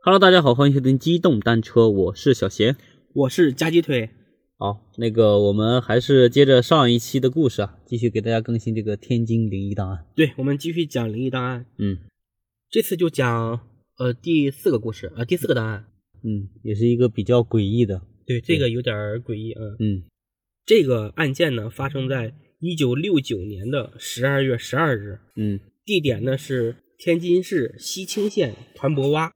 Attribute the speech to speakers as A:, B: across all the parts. A: Hello，大家好，欢迎收听机动单车，我是小贤。
B: 我是夹鸡腿，
A: 好，那个我们还是接着上一期的故事啊，继续给大家更新这个天津灵异档案。
B: 对，我们继续讲灵异档案，
A: 嗯
B: 这次就讲呃第四个故事，呃第四个档案，
A: 嗯，也是一个比较诡异的，
B: 对，这个有点儿诡异啊。
A: 嗯
B: 这个案件呢发生在一九六九年的十二月十二日，
A: 嗯
B: 地点呢是天津市西青县团泊洼，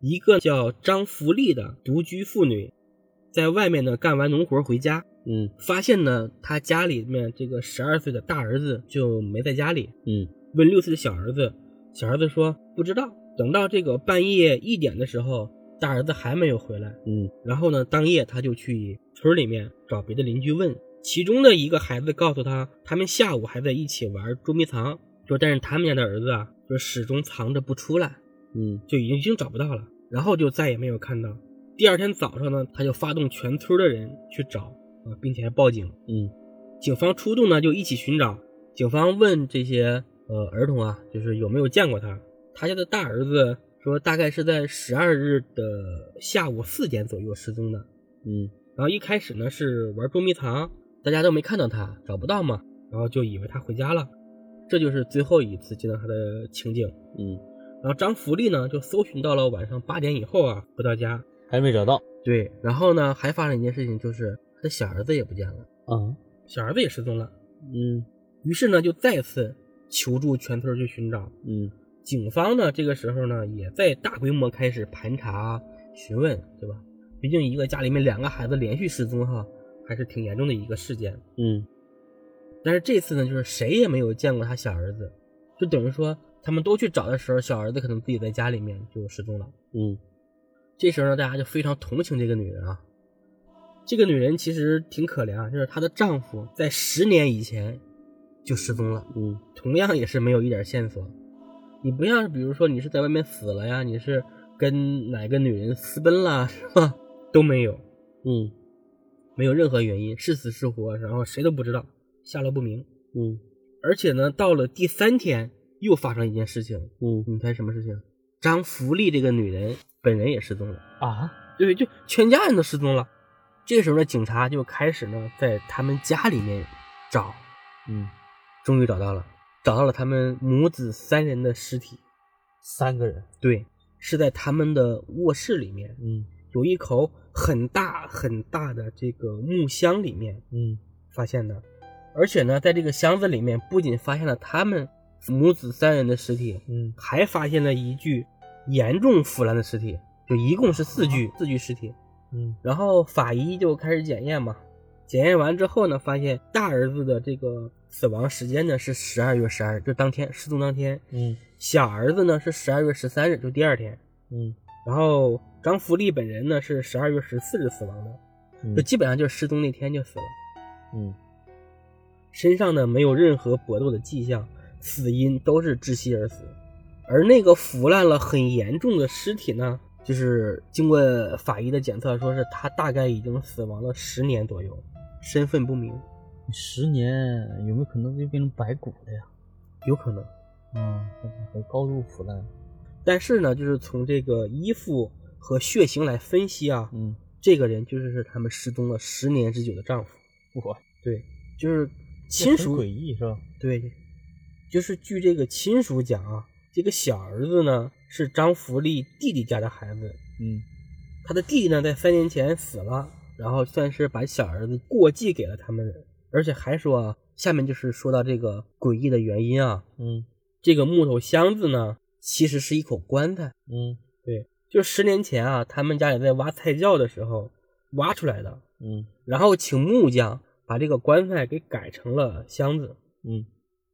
B: 一个叫张福利的独居妇女，在外面呢干完农活回家，
A: 嗯
B: 发现呢她家里面这个十二岁的大儿子就没在家里，
A: 嗯
B: 问六岁的小儿子，小儿子说不知道。等到这个半夜一点的时候，大儿子还没有回来。
A: 嗯
B: 然后呢，当夜他就去村里面找别的邻居问，其中的一个孩子告诉他，他们下午还在一起玩捉迷藏，说但是他们家的儿子啊，就始终藏着不出来，
A: 嗯
B: 就已经找不到了，然后就再也没有看到。第二天早上呢，他就发动全村的人去找啊，并且还报警。
A: 嗯
B: 警方出动呢，就一起寻找。警方问这些呃儿童啊，就是有没有见过他。他家的大儿子说，大概是在十二日的下午四点左右失踪的。
A: 嗯
B: 然后一开始呢是玩捉迷藏，大家都没看到他，找不到嘛，然后就以为他回家了。这就是最后一次见到他的情景。
A: 嗯，
B: 然后张福利呢就搜寻到了晚上八点以后啊，回到家。
A: 还没找到
B: 对，然后呢还发生一件事情，就是他的小儿子也不见了，
A: 啊，
B: 小儿子也失踪了。
A: 嗯
B: 于是呢，就再次求助全村去寻找。
A: 嗯
B: 警方呢，这个时候呢，也在大规模开始盘查、询问，对吧？毕竟一个家里面两个孩子连续失踪，哈，还是挺严重的一个事件。
A: 嗯
B: 但是这次呢，就是谁也没有见过他小儿子，就等于说他们都去找的时候，小儿子可能自己在家里面就失踪了。
A: 嗯
B: 这时候呢，大家就非常同情这个女人啊。这个女人其实挺可怜啊，就是她的丈夫在十年以前就失踪了。
A: 嗯
B: 同样也是没有一点线索。你不像，比如说你是在外面死了呀，你是跟哪个女人私奔了，是吧？都没有，
A: 嗯
B: 没有任何原因，是死是活，然后谁都不知道，下落不明。
A: 嗯
B: 而且呢，到了第三天又发生一件事情，
A: 嗯
B: 你猜什么事情？张福利这个女人本人也失踪了，
A: 啊，
B: 对，就全家人都失踪了。这时候呢，警察就开始呢在他们家里面找，
A: 嗯，
B: 终于找到了，找到了他们母子三人的尸体。
A: 三个人，
B: 对，是在他们的卧室里面
A: 嗯
B: 有一口很大很大的这个木箱里面
A: 嗯
B: 发现的，而且呢，在这个箱子里面不仅发现了他们母子三人的尸体，
A: 嗯
B: 还发现了一具严重腐烂的尸体，就一共是四具四具尸体。
A: 嗯
B: 然后法医就开始检验嘛，检验完之后呢，发现大儿子的这个死亡时间呢是十二月十二，就当天失踪当天，
A: 嗯
B: 小儿子呢是十二月十三日，就第二天。
A: 嗯
B: 然后张福利本人呢是十二月十四日死亡的，就基本上就是失踪那天就死了，
A: 嗯
B: 身上呢没有任何搏斗的迹象，死因都是窒息而死。而那个腐烂了很严重的尸体呢，就是经过法医的检测，说是他大概已经死亡了十年左右，身份不明，
A: 十年有没有可能就变成白骨了呀？
B: 有可能。
A: 嗯，很高度腐烂，
B: 但是呢，就是从这个衣服和血型来分析啊，
A: 嗯，
B: 这个人就是他们失踪了十年之久的丈夫，
A: 我
B: 对，就是亲属
A: 很诡异是吧？
B: 对，就是据这个亲属讲啊，这个小儿子呢是张福利弟弟家的孩子，
A: 嗯
B: 他的弟弟呢在三年前死了，然后算是把小儿子过继给了他们，而且还说啊，下面就是说到这个诡异的原因啊，
A: 嗯
B: 这个木头箱子呢其实是一口棺材，
A: 嗯
B: 就十年前啊，他们家里在挖菜窖的时候挖出来的，
A: 嗯
B: 然后请木匠把这个棺材给改成了箱子，
A: 嗯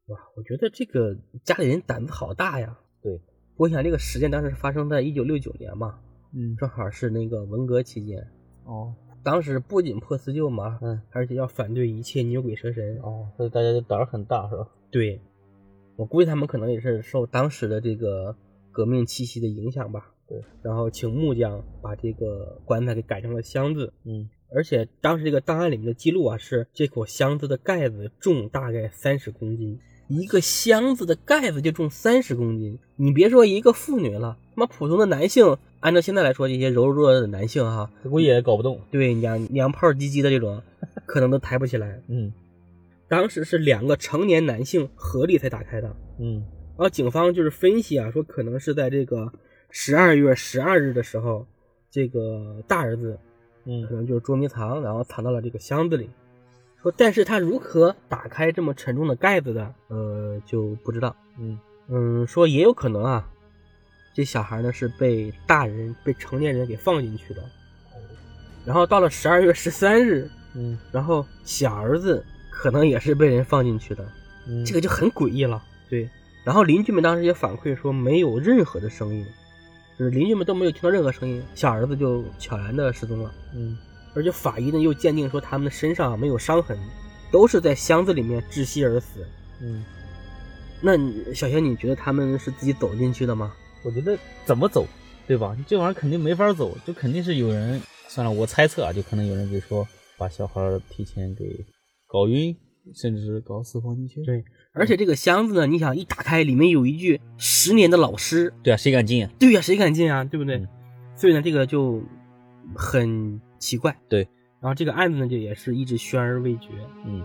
B: 哇，我觉得这个家里人胆子好大呀。
A: 对，
B: 我想这个事件当时发生在一九六九年嘛，
A: 嗯
B: 正好是那个文革期间。
A: 哦
B: 当时不仅破四旧嘛，
A: 嗯
B: 而且要反对一切牛鬼蛇神。
A: 哦，所以大家就胆儿很大是吧？
B: 对，我估计他们可能也是受当时的这个革命气息的影响吧。
A: 对，
B: 然后请木匠把这个棺材给改成了箱子，
A: 嗯
B: 而且当时这个档案里面的记录啊，是这口箱子的盖子重大概三十公斤，一个箱子的盖子就重三十公斤。你别说一个妇女了，他妈普通的男性按照现在来说，这些柔弱的男性哈，
A: 我也搞不动。
B: 对娘娘炮唧唧的这种，可能都抬不起来。
A: 嗯
B: 当时是两个成年男性合力才打开的，
A: 嗯
B: 然后警方就是分析啊，说可能是在这个十二月十二日的时候，这个大儿子可
A: 嗯
B: 能就是捉迷藏，然后藏到了这个箱子里。说，但是他如何打开这么沉重的盖子的，呃，就不知道。
A: 嗯
B: 嗯，说也有可能啊，这小孩呢是被大人、被成年人给放进去的。然后到了十二月十三日，
A: 嗯
B: 然后小儿子可能也是被人放进去的，
A: 嗯，
B: 这个就很诡异了。对，然后邻居们当时也反馈说没有任何的声音，就是邻居们都没有听到任何声音，小儿子就悄然的失踪了。
A: 嗯
B: 而且法医呢又鉴定说他们的身上没有伤痕，都是在箱子里面窒息而死。
A: 嗯，
B: 那你小仙，你觉得他们是自己走进去的吗？
A: 我觉得怎么走，对吧？这玩意儿肯定没法走，就肯定是有人。算了，我猜测啊，就可能有人给说把小孩儿提前给搞晕，甚至搞死放进去。
B: 对而且这个箱子呢，你想一打开，里面有一具十年的老尸，
A: 对啊，谁敢进啊？
B: 对呀、谁敢进啊？对不对？
A: 嗯
B: 所以呢，这个就很奇怪。
A: 对，
B: 然后这个案子呢，就也是一直悬而未决，
A: 嗯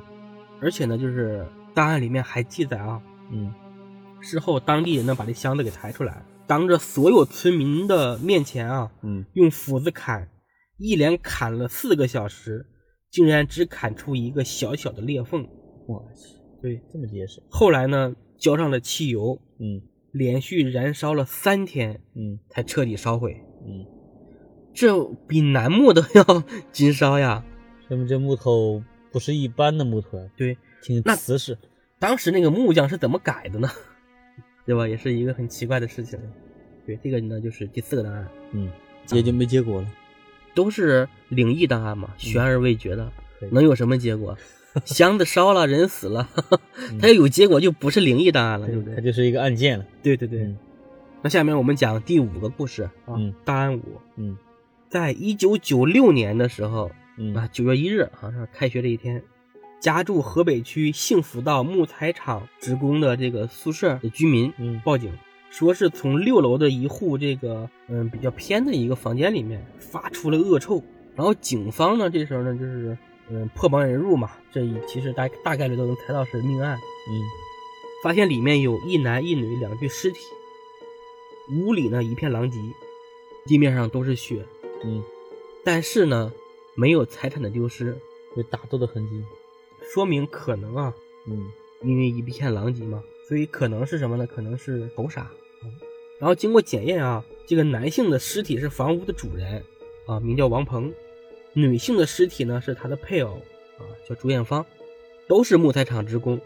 B: 而且呢，就是档案里面还记载啊，
A: 嗯
B: 事后当地人呢把这箱子给抬出来，当着所有村民的面前啊，
A: 嗯，
B: 用斧子砍，一连砍了四个小时，竟然只砍出一个小小的裂缝。
A: 我去，
B: 对，
A: 这么结实。
B: 后来呢，浇上了汽油，
A: 嗯
B: 连续燃烧了三天，
A: 嗯
B: 才彻底烧毁。
A: 嗯，
B: 这比楠木都 要金烧呀！
A: 说明这木头不是一般的木头啊，
B: 对，
A: 挺
B: 那
A: 瓷实。
B: 当时那个木匠是怎么改的呢？ 对吧？也是一个很奇怪的事情。对，这个呢就是第四个档案，
A: 嗯，结就没结果了。
B: 都是灵异档案嘛，悬而未决的，
A: 可以
B: 能有什么结果？箱子烧了，人死了，
A: 嗯
B: 它要有结果就不是灵异档案了，对不
A: 它
B: 对？
A: 就是一个案件了。
B: 对对对。
A: 嗯
B: 那下面我们讲第五个故事啊
A: 嗯，
B: 档案五，
A: 嗯
B: 在一九九六年的时候，啊，
A: 嗯
B: 九月一日，好像是开学这一天，家住河北区幸福道木材厂职工的这个宿舍的居民
A: 嗯
B: 报警，说是从六楼的一户这个嗯比较偏的一个房间里面发出了恶臭。然后警方呢，这时候呢就是嗯破门而入嘛，这一其实大大概率都能猜到是命案，
A: 嗯
B: 发现里面有一男一女两具尸体，屋里呢一片狼藉，地面上都是血，
A: 嗯，
B: 但是呢没有财产的丢失。
A: 有打斗的痕迹。
B: 说明可能啊，
A: 嗯
B: 因为一片狼藉嘛，所以可能是什么呢？可能是谋杀。然后经过检验啊，这个男性的尸体是房屋的主人啊，名叫王鹏；女性的尸体呢是他的配偶啊，叫朱艳芳，都是木材厂职工。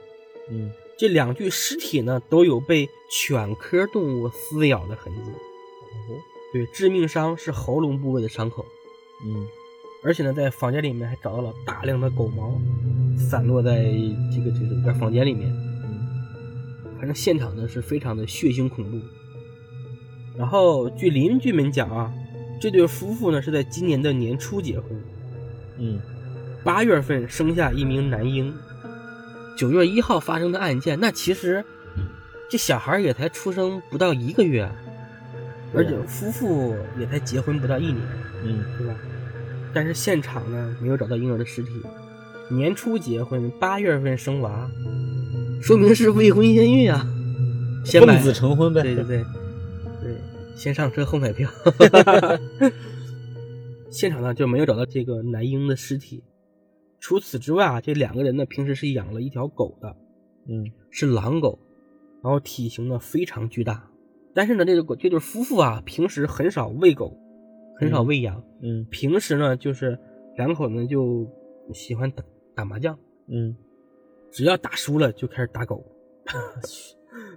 A: 嗯
B: 这两具尸体呢都有被犬科动物撕咬的痕迹，对，致命伤是喉咙部位的伤口，
A: 嗯
B: 而且呢在房间里面还找到了大量的狗毛，散落在这个这整个房间里面。
A: 嗯
B: 反正现场呢是非常的血腥恐怖。然后据邻居们讲啊，这对夫妇呢是在今年的年初结婚，
A: 嗯
B: 八月份生下一名男婴，九月一号发生的案件，那其实这小孩也才出生不到一个月，啊而
A: 啊
B: 且夫妇也才结婚不到一年，
A: 嗯
B: 对吧？但是现场呢没有找到婴儿的尸体，年初结婚，八月份生娃，说明是未婚先孕啊，先买
A: 奉子成婚呗。
B: 对对对，对，先上车后 买票。现场呢就没有找到这个男婴的尸体。除此之外啊，这两个人呢平时是养了一条狗的，
A: 嗯
B: 是狼狗，然后体型呢非常巨大。但是呢，这个狗这对夫妇啊，平时很少喂狗，很少喂养，
A: 嗯
B: 平时呢就是两口呢就喜欢打打麻将，
A: 嗯
B: 只要打输了就开始打 狗。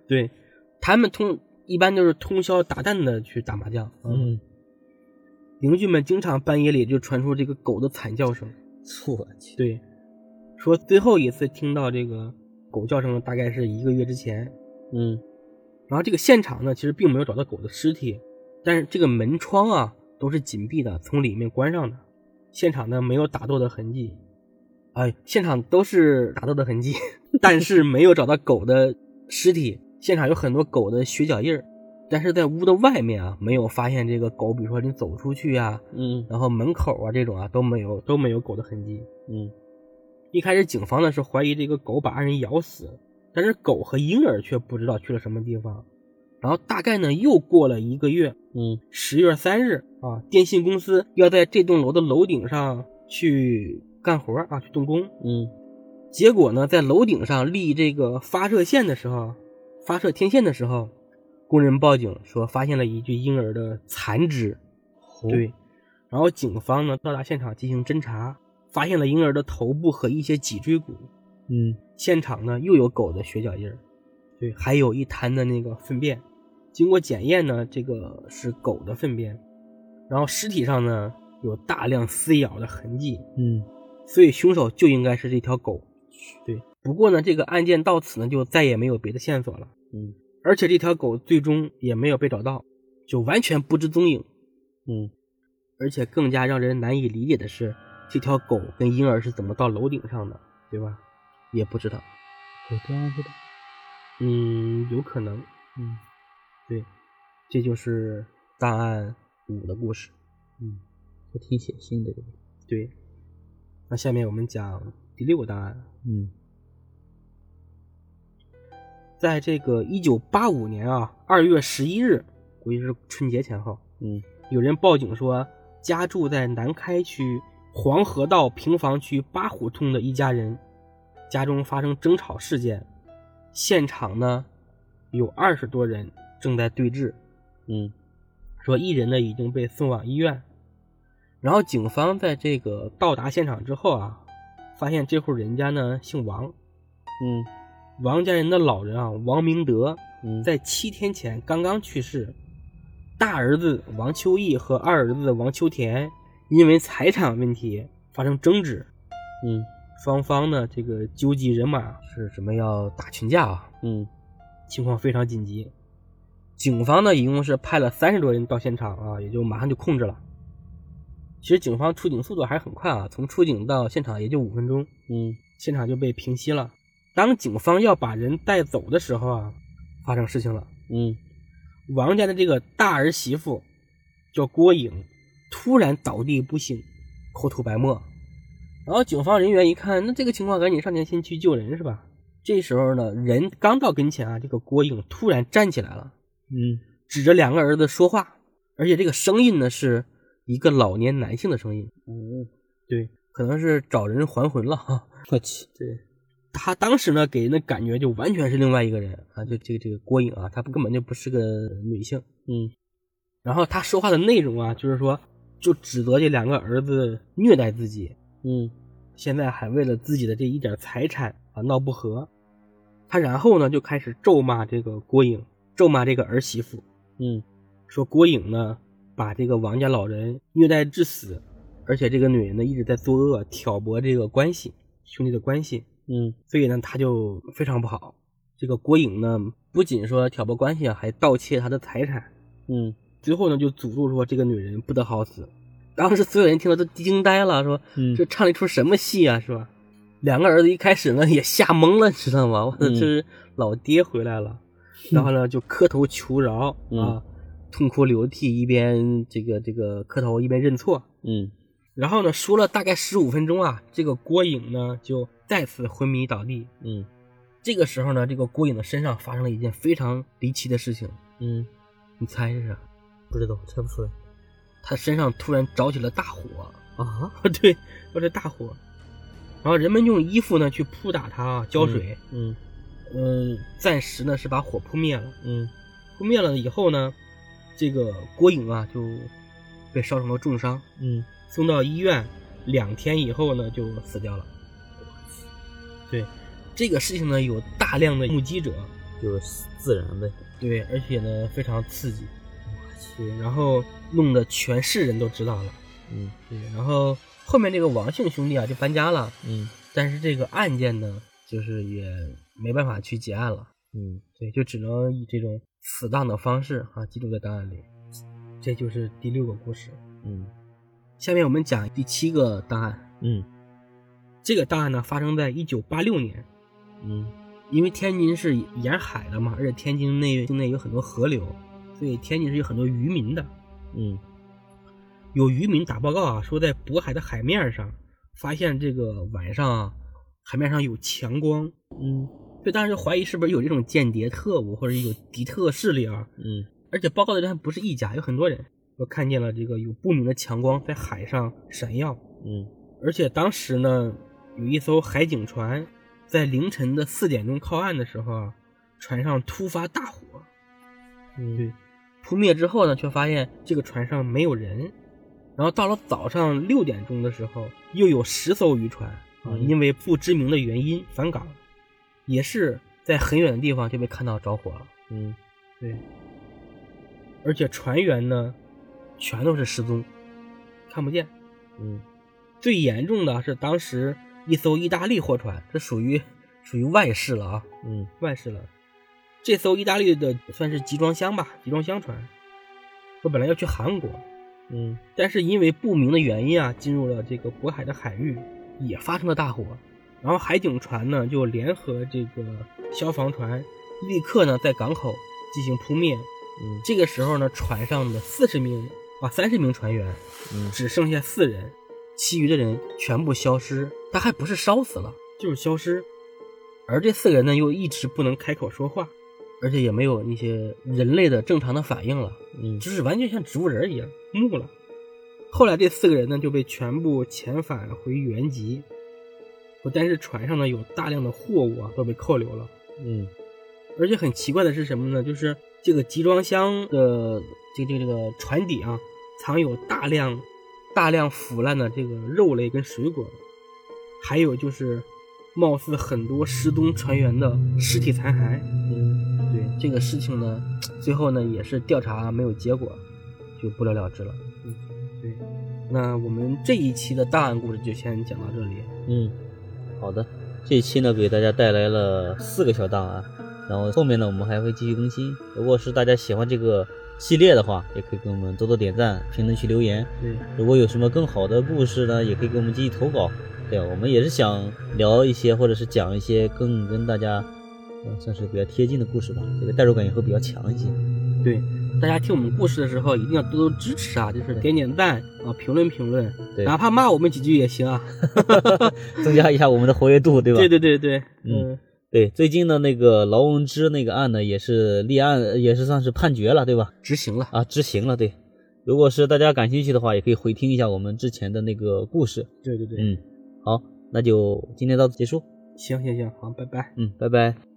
B: 对，他们通一般就是通宵达旦的去打麻将。，
A: 嗯，
B: 邻居们经常半夜里就传出这个狗的惨叫声。
A: 我去。
B: 对，说最后一次听到这个狗叫声大概是一个月之前。
A: 嗯
B: 然后这个现场呢，其实并没有找到狗的尸体，但是这个门窗啊都是紧闭的，从里面关上的。现场呢没有打斗的痕迹，哎，现场都是打斗的痕迹，但是没有找到狗的尸体。现场有很多狗的血脚印儿，但是在屋的外面啊，没有发现这个狗，比如说你走出去啊，
A: 嗯
B: 然后门口啊这种啊都没有都没有狗的痕迹。
A: 嗯
B: 一开始警方呢是怀疑这个狗把人咬死，但是狗和婴儿却不知道去了什么地方。然后大概呢又过了一个月，
A: 嗯
B: 十月三日啊，电信公司要在这栋楼的楼顶上去干活啊，去动工。
A: 嗯
B: 结果呢，在楼顶上立这个发射线的时候，发射天线的时候，工人报警说发现了一具婴儿的残肢。
A: 嗯，
B: 对，然后警方呢到达现场进行侦查，发现了婴儿的头部和一些脊椎骨。
A: 嗯
B: 现场呢又有狗的血脚印儿，对，还有一滩的那个粪便。经过检验呢，这个是狗的粪便，然后尸体上呢有大量撕咬的痕迹，
A: 嗯
B: 所以凶手就应该是这条狗。对，不过呢，这个案件到此呢就再也没有别的线索了，
A: 嗯
B: 而且这条狗最终也没有被找到，就完全不知踪影。
A: 嗯
B: 而且更加让人难以理解的是，这条狗跟婴儿是怎么到楼顶上的，对吧？也不知道，
A: 狗掉下去的，
B: 嗯，有可能。
A: 嗯
B: 对，这就是档案五的故事。
A: 嗯，还挺写信的这个，
B: 对，那下面我们讲第六个档案。
A: 嗯
B: 在这个一九八五年啊二月十一日，估计是春节前后，
A: 嗯
B: 有人报警说，家住在南开区黄河道平房区八胡同的一家人，家中发生争吵事件，现场呢有二十多人正在对峙，
A: 嗯
B: 说一人呢已经被送往医院。然后警方在这个到达现场之后啊，发现这户人家呢姓王，
A: 嗯
B: 王家人的老人啊王明德
A: 嗯，
B: 在七天前刚刚去世，大儿子王秋义和二儿子王秋田因为财产问题发生争执，
A: 嗯
B: 双方呢这个纠集人马是准备要打群架啊，
A: 嗯
B: 情况非常紧急。警方呢，一共是派了三十多人到现场啊，也就马上就控制了。其实警方出警速度还是很快啊，从出警到现场也就五分钟，
A: 嗯
B: 现场就被平息了。当警方要把人带走的时候啊，发生事情了。
A: 嗯
B: 王家的这个大儿媳妇叫郭颖，突然倒地不醒，口吐白沫。然后警方人员一看，那这个情况，赶紧上前先去救人是吧？这时候呢，人刚到跟前啊，这个郭颖突然站起来了，
A: 嗯
B: 指着两个儿子说话，而且这个声音呢是一个老年男性的声音，
A: 嗯，
B: 对，可能是找人还魂了哈。
A: 我去，
B: 对，他当时呢给人的感觉就完全是另外一个人啊，就这个这个郭颖啊，她根本就不是个女性。
A: 嗯
B: 然后他说话的内容啊，就是说，就指责这两个儿子虐待自己，
A: 嗯
B: 现在还为了自己的这一点财产啊闹不和。他然后呢就开始咒骂这个郭颖，咒骂这个儿媳妇，
A: 嗯
B: 说郭颖呢把这个王家老人虐待致死，而且这个女人呢一直在作恶，挑拨这个关系，兄弟的关系。
A: 嗯
B: 所以呢，他就非常不好。这个郭颖呢，不仅说挑拨关系啊，还盗窃她的财产，
A: 嗯
B: 最后呢就诅咒说这个女人不得好死。当时所有人听到都惊呆了，说
A: 嗯
B: 这唱了一出什么戏啊，是吧？两个儿子一开始呢也吓懵了，你知道吗？我
A: 嗯
B: 这是老爹回 来了，然后呢就磕头求饶、
A: 嗯
B: 啊，痛哭流涕，一边这个这个磕头一边认错。
A: 嗯
B: 然后呢说了大概十五分钟啊，这个郭颖呢就再次昏迷倒地。
A: 嗯
B: 这个时候呢，这个郭颖的身上发生了一件非常离奇的事情，
A: 嗯
B: 你猜是啥？
A: 不知道，猜不出来
B: 他身上突然着起了大火，
A: 啊，
B: 对，着这大火。然后人们用衣服呢去扑打他啊，浇水，
A: 嗯
B: 嗯、暂时呢是把火扑灭了。
A: 嗯
B: 扑灭了以后呢，这个郭颖啊就被烧成了重伤，
A: 嗯
B: 送到医院，两天以后呢就死掉了。对，这个事情呢有大量的目击者，
A: 就是自然呗，
B: 对，而且呢非常刺激。
A: 我去，
B: 对，然后弄得全市人都知道了。
A: 嗯
B: 对，然后后面这个王姓兄弟啊就搬家了，
A: 嗯
B: 但是这个案件呢，就是也没办法去结案了，
A: 嗯
B: 对，就只能以这种死当的方式啊记录在档案里。这就是第六个故事。
A: 嗯
B: 下面我们讲第七个档案，
A: 嗯
B: 这个档案呢发生在一九八六年，
A: 嗯
B: 因为天津是沿海的嘛，而且天津内境内有很多河流，所以天津是有很多渔民的。
A: 嗯
B: 有渔民打报告啊，说在渤海的海面上发现这个晚上啊，海面上有强光，
A: 嗯
B: 就当时就怀疑是不是有这种间谍特务或者有敌特势力啊。
A: 嗯
B: 而且报告的人还不是一家，有很多人都看见了这个有不明的强光在海上闪耀。
A: 嗯
B: 而且当时呢，有一艘海警船在凌晨的四点钟靠岸的时候啊，船上突发大火，
A: 嗯
B: 扑灭之后呢，却发现这个船上没有人。然后到了早上六点钟的时候，又有十艘渔船啊，
A: 嗯
B: 因为不知名的原因返港，也是在很远的地方就被看到着火了。
A: 嗯
B: 对，而且船员呢，全都是失踪，看不见。
A: 嗯
B: 最严重的是当时一艘意大利货船，这属于属于外事了啊，
A: 嗯
B: 外事了。这艘意大利的算是集装箱吧，集装箱船，说本来要去韩国，
A: 嗯
B: 但是因为不明的原因啊，进入了这个渤海的海域，也发生了大火。然后海警船呢就联合这个消防船，立刻呢在港口进行扑灭。
A: 嗯
B: 这个时候呢，船上的四十名啊三十名船员
A: 嗯
B: 只剩下四人，其余的人全部消失。他还不是烧死了，就是消失。而这四个人呢，又一直不能开口说话，而且也没有那些人类的正常的反应了，
A: 嗯
B: 就是完全像植物人一样木了。后来这四个人呢，就被全部遣返回原籍。不但是船上呢有大量的货物啊都被扣留了，
A: 嗯
B: 而且很奇怪的是什么呢？就是这个集装箱的这个这个这个船底啊，藏有大量大量腐烂的这个肉类跟水果，还有就是貌似很多失踪船员的尸体残骸。
A: 嗯
B: 对这个事情呢，最后呢也是调查没有结果，就不了了之了。嗯，对。那我们这一期的档案故事就先讲到这里。
A: 嗯，好的，这一期呢给大家带来了四个小档案，然后后面呢我们还会继续更新。如果是大家喜欢这个系列的话，也可以给我们多多点赞、评论区留言。
B: 对，
A: 如果有什么更好的故事呢，也可以给我们积极投稿。对，我们也是想聊一些，或者是讲一些更跟大家，呃，算是比较贴近的故事吧，这个代入感也会比较强一些。
B: 对，大家听我们故事的时候一定要多多支持啊，就是点点赞啊，评论评论，
A: 对
B: 哪怕骂我们几句也行啊。
A: 增加一下我们的活跃度，对吧？
B: 对对对对，
A: 嗯
B: 嗯，
A: 对最近的那个劳文芝那个案呢，也是立案，呃也是算是判决了，对吧？
B: 执行了，
A: 啊，执行了，对。如果是大家感兴趣的话，也可以回听一下我们之前的那个故事。嗯
B: 对对对，
A: 嗯，好，那就今天到此结束。
B: 行行行，好，拜拜。
A: 嗯，拜拜。